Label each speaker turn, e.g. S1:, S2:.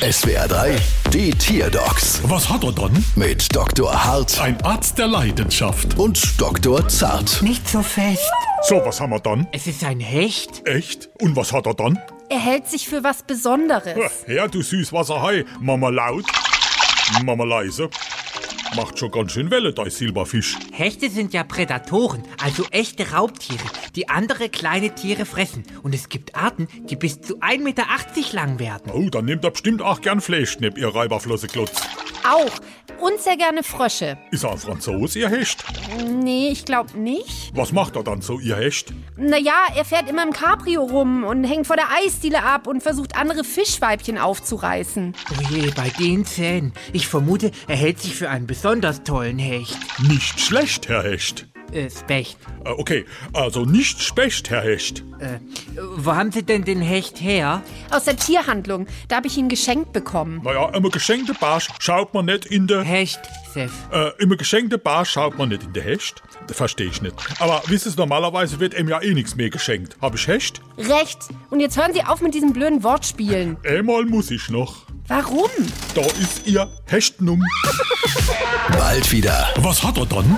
S1: SWR 3, die Tierdocs
S2: Was hat er dann?
S1: mit Dr. Hart
S2: Ein Arzt der Leidenschaft.
S1: und Dr. Zart.
S3: Nicht so fest.
S2: So, was haben wir dann?
S3: Es ist ein Hecht.
S2: Echt? Und was hat er dann?
S4: Er hält sich für was Besonderes.
S2: Ja, du Süßwasserhai. Mama laut, Mama leise. Macht schon ganz schön Welle, dein Silberfisch.
S3: Hechte sind ja Prädatoren, also echte Raubtiere, die andere kleine Tiere fressen. Und es gibt Arten, die bis zu 1,80 Meter lang werden.
S2: Oh, dann nimmt er bestimmt auch gern Fleischknepp, ihr Reiberflosseklotz.
S4: Auch. Und sehr gerne Frösche.
S2: Ist er ein Franzos, ihr Hecht?
S4: Nee, ich glaube nicht.
S2: Was macht er dann so, ihr Hecht?
S4: Naja, er fährt immer im Cabrio rum und hängt vor der Eisdiele ab und versucht, andere Fischweibchen aufzureißen.
S3: Oh je, bei den Zähnen. Ich vermute, er hält sich für einen besonders tollen Hecht.
S2: Nicht schlecht, Herr Hecht.
S3: Äh, Specht.
S2: Äh, okay, also nicht specht, Herr Hecht.
S3: Äh, wo haben Sie denn den Hecht her?
S4: Aus der Tierhandlung. Da habe ich ihn geschenkt bekommen.
S2: Naja, immer geschenkte Barsch schaut man nicht in der...
S3: Hecht, Sef.
S2: Äh, immer geschenkte Bar schaut man nicht in der Hecht. Verstehe ich nicht. Aber wisst ihr, normalerweise wird ihm ja eh nichts mehr geschenkt. Hab ich Hecht?
S4: Recht. Und jetzt hören Sie auf mit diesen blöden Wortspielen.
S2: Einmal muss ich noch.
S4: Warum?
S2: Da ist ihr Hechtnum.
S1: Bald wieder.
S2: Was hat er dann?